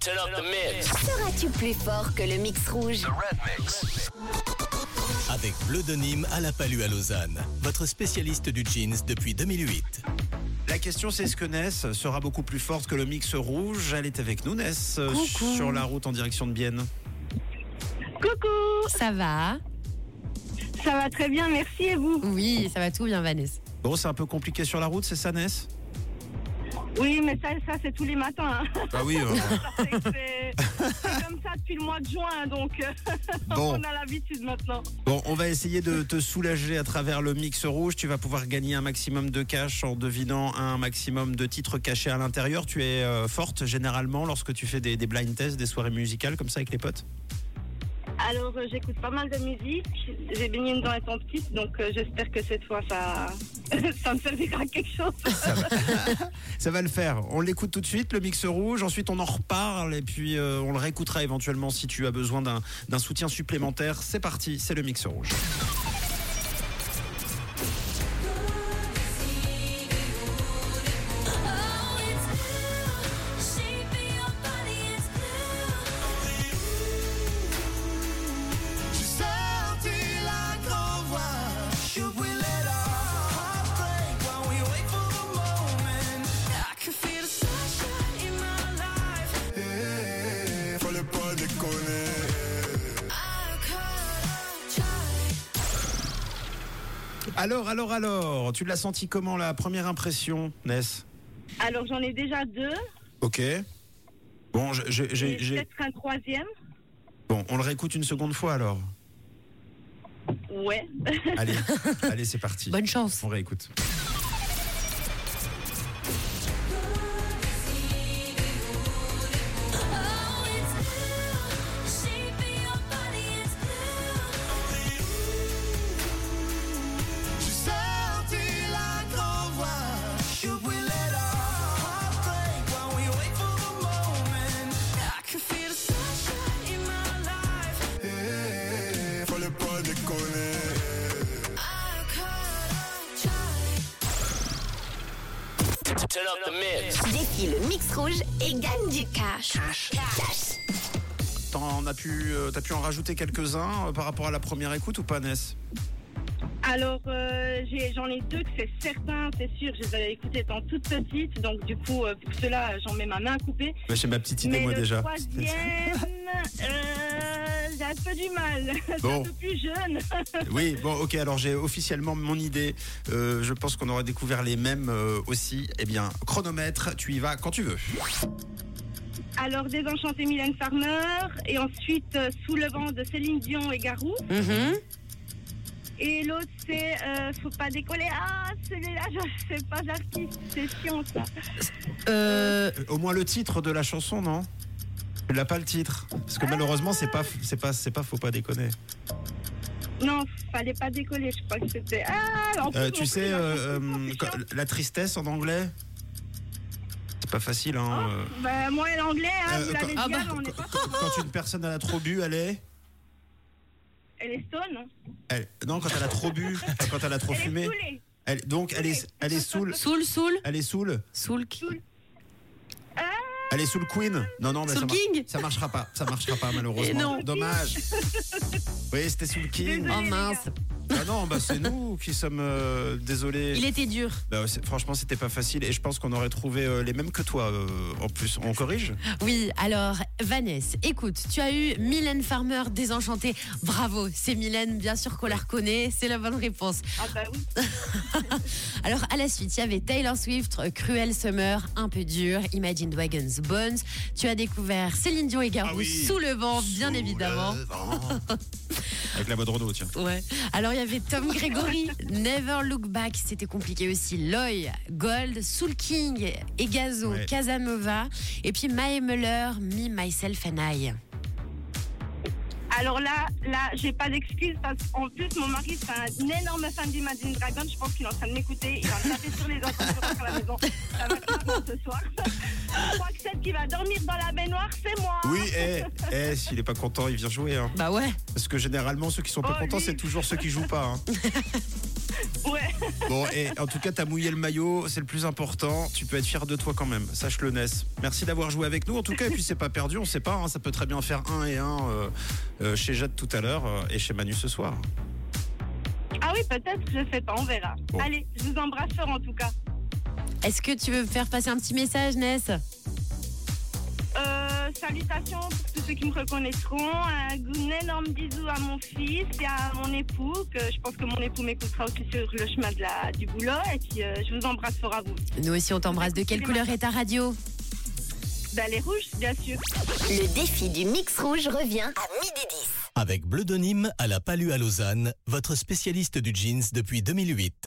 Turn up the mix. Seras-tu plus fort que le mix rouge Avec Bleudenim à la Palue à Lausanne, votre spécialiste du jeans depuis 2008. La question c'est est-ce que Ness sera beaucoup plus forte que le mix rouge Elle est avec nous Ness euh, Coucou. sur la route en direction de Bienne. Coucou, Ça va ça va très bien, merci et vous Oui, ça va tout bien, Vanessa. Bon c'est un peu compliqué sur la route c'est ça Ness Oui, mais ça, ça c'est tous les matins. hein. Ah oui. C'est c'est- c'est comme ça depuis le mois de juin, donc euh, Bon. on a l'habitude maintenant. Bon on va essayer de te soulager à travers le mix rouge. Tu vas pouvoir gagner un maximum de cash en devinant un maximum de titres cachés à l'intérieur. Tu es euh, forte généralement lorsque tu fais des, des blind tests, des soirées musicales comme ça avec les potes. Alors, euh, j'écoute pas mal de musique. J'ai baigné une dent étant petite, donc euh, j'espère que cette fois, ça, ça me servira à quelque chose. Ça va le faire. On l'écoute tout de suite, le mix rouge. Ensuite, on en reparle et puis euh, on le réécoutera éventuellement si tu as besoin d'un d'un soutien supplémentaire. C'est parti, c'est le mix rouge. J'ai sorti la grande voix. Should we let our hearts break while we wait for the moment? I can feel the sunshine in my life. Fallait pas déconner. I could try. Alors, alors, alors, tu l'as senti comment la première impression, Ness Alors, j'en ai déjà deux, Ok. Bon, je- je- et j'ai- j'ai- peut-être un troisième. bon, on le réécoute une seconde fois alors. Ouais. Allez, allez, c'est parti. Bonne chance. On réécoute. Oh, it's blue. Shaping your body is J'ai sorti la grande voix. Should we let our hearts break while we wait for the moment? I can feel the sunshine in my life. Fallait pas déconner. I could try. Turn up the mix. Défie le mix rouge et gagne du cash. Cash. T'en as pu, euh, t'as pu en rajouter quelques-uns euh, par rapport à la première écoute ou pas, Ness Alors, euh, j'ai- j'en ai, deux que c'est certain, c'est sûr. Je les avais écoutés étant toute petite, donc du coup, euh, pour cela, j'en mets ma main coupée. Bah, J'ai ma petite idée, Mais moi le déjà. troisième, euh, j'ai un peu du mal. Bon. C'est un peu plus jeune. Oui, bon, ok, alors j'ai officiellement mon idée. Euh, je pense qu'on aurait découvert les mêmes euh, aussi. Eh bien, chronomètre, tu y vas quand tu veux. Alors, Désenchanté Mylène Farmer, et ensuite euh, Sous le vent de Céline Dion et Garou. Mhm. Et l'autre, c'est euh, Faut pas décoller. Ah, celui-là, je sais pas d'artiste, c'est chiant ça. Euh, Euh, Au moins le titre de la chanson, non Tu l'as pas le titre Parce que malheureusement, c'est pas, c'est pas, c'est pas, faut pas déconner. Non, fallait pas décoller, je crois que c'était. Ah, en plus, Euh, mon tu sais, prénom, euh, c'est euh, chiant. la tristesse en anglais C'est pas facile, hein euh. Bah, moi, l'anglais, hein, Euh, vous l'avez dit, quand- avant, on n'est pas. Quand- Quand une personne elle a trop bu, elle est. Elle est stone. hein. elle- Non, quand elle a trop bu, quand elle a trop Elle est fumé. saoulée. Elle... Donc, elle est, elle est saoule. Soul, Soul, Elle est saoule. Soul. Elle est sous le Queen. Non, non, mais Sous ça, le mar- King ça marchera pas. Ça marchera pas, malheureusement. Et non. Dommage. Oui, c'était sous le King. Désolée, Oh les mince. Ah non, bah c'est nous qui sommes euh, désolés. Il était dur. Bah, c'est- franchement, c'était pas facile et je pense qu'on aurait trouvé euh, les mêmes que toi. euh, en plus, on corrige Oui, alors Vanessa, écoute, tu as eu Mylène Farmer désenchantée. Bravo, c'est Mylène, bien sûr qu'on la reconnaît, c'est la bonne réponse. Ah bah oui. Alors à la suite, il y avait Taylor Swift, euh, Cruel Summer, un peu dur, Imagine Dragons, Bones. Tu as découvert Céline Dion et Garou Ah oui. sous le vent, bien Sous évidemment. le vent. Avec la voix de Renaud, tiens. Ouais. Alors il y avait Tom Gregory, Never Look Back, c'était compliqué aussi. Loy, Gold, Soul King, Egazo, Ouais. Casanova, et puis Mae Muller, Me Myself and I. Alors là, là, j'ai pas d'excuse parce qu'en plus, mon mari, c'est un énorme fan d'Imagine Dragon. Je pense qu'il est en train de m'écouter. Il va me taper sur les enfants à la maison. Ça va clairement ce soir. Je crois que celle qui va dormir dans la baignoire, c'est moi. Oui, eh, eh, s'il est pas content, il vient jouer. hein. Bah ouais. Parce que généralement, ceux qui sont pas Oh, contents, lui. c'est toujours ceux qui jouent pas. hein. Ouais. Bon, et en tout cas, t'as mouillé le maillot, c'est le plus important. Tu peux être fier de toi quand même, sache-le, Ness. Merci d'avoir joué avec nous, en tout cas. Et puis, c'est pas perdu, on sait pas. hein, ça peut très bien faire un et un euh, euh, chez Jade tout à l'heure euh, et chez Manu ce soir. Ah oui, peut-être, je sais pas, on verra. Bon. Allez, je vous embrasse fort en tout cas. Est-ce que tu veux faire passer un petit message, Ness Euh, salutations pour tous ceux qui me reconnaîtront. Un, un énorme bisou à mon fils et à mon époux, que je pense que mon époux m'écoutera aussi sur le chemin de la, du boulot. Et puis, euh, je vous embrasse fort à vous. Nous aussi, on t'embrasse. De quelle couleur est ta radio Ben, les rouges, bien sûr. Le défi du mix rouge revient à midi 10. Avec Bleu de Nîmes à la Palue à Lausanne, votre spécialiste du jeans depuis 2008.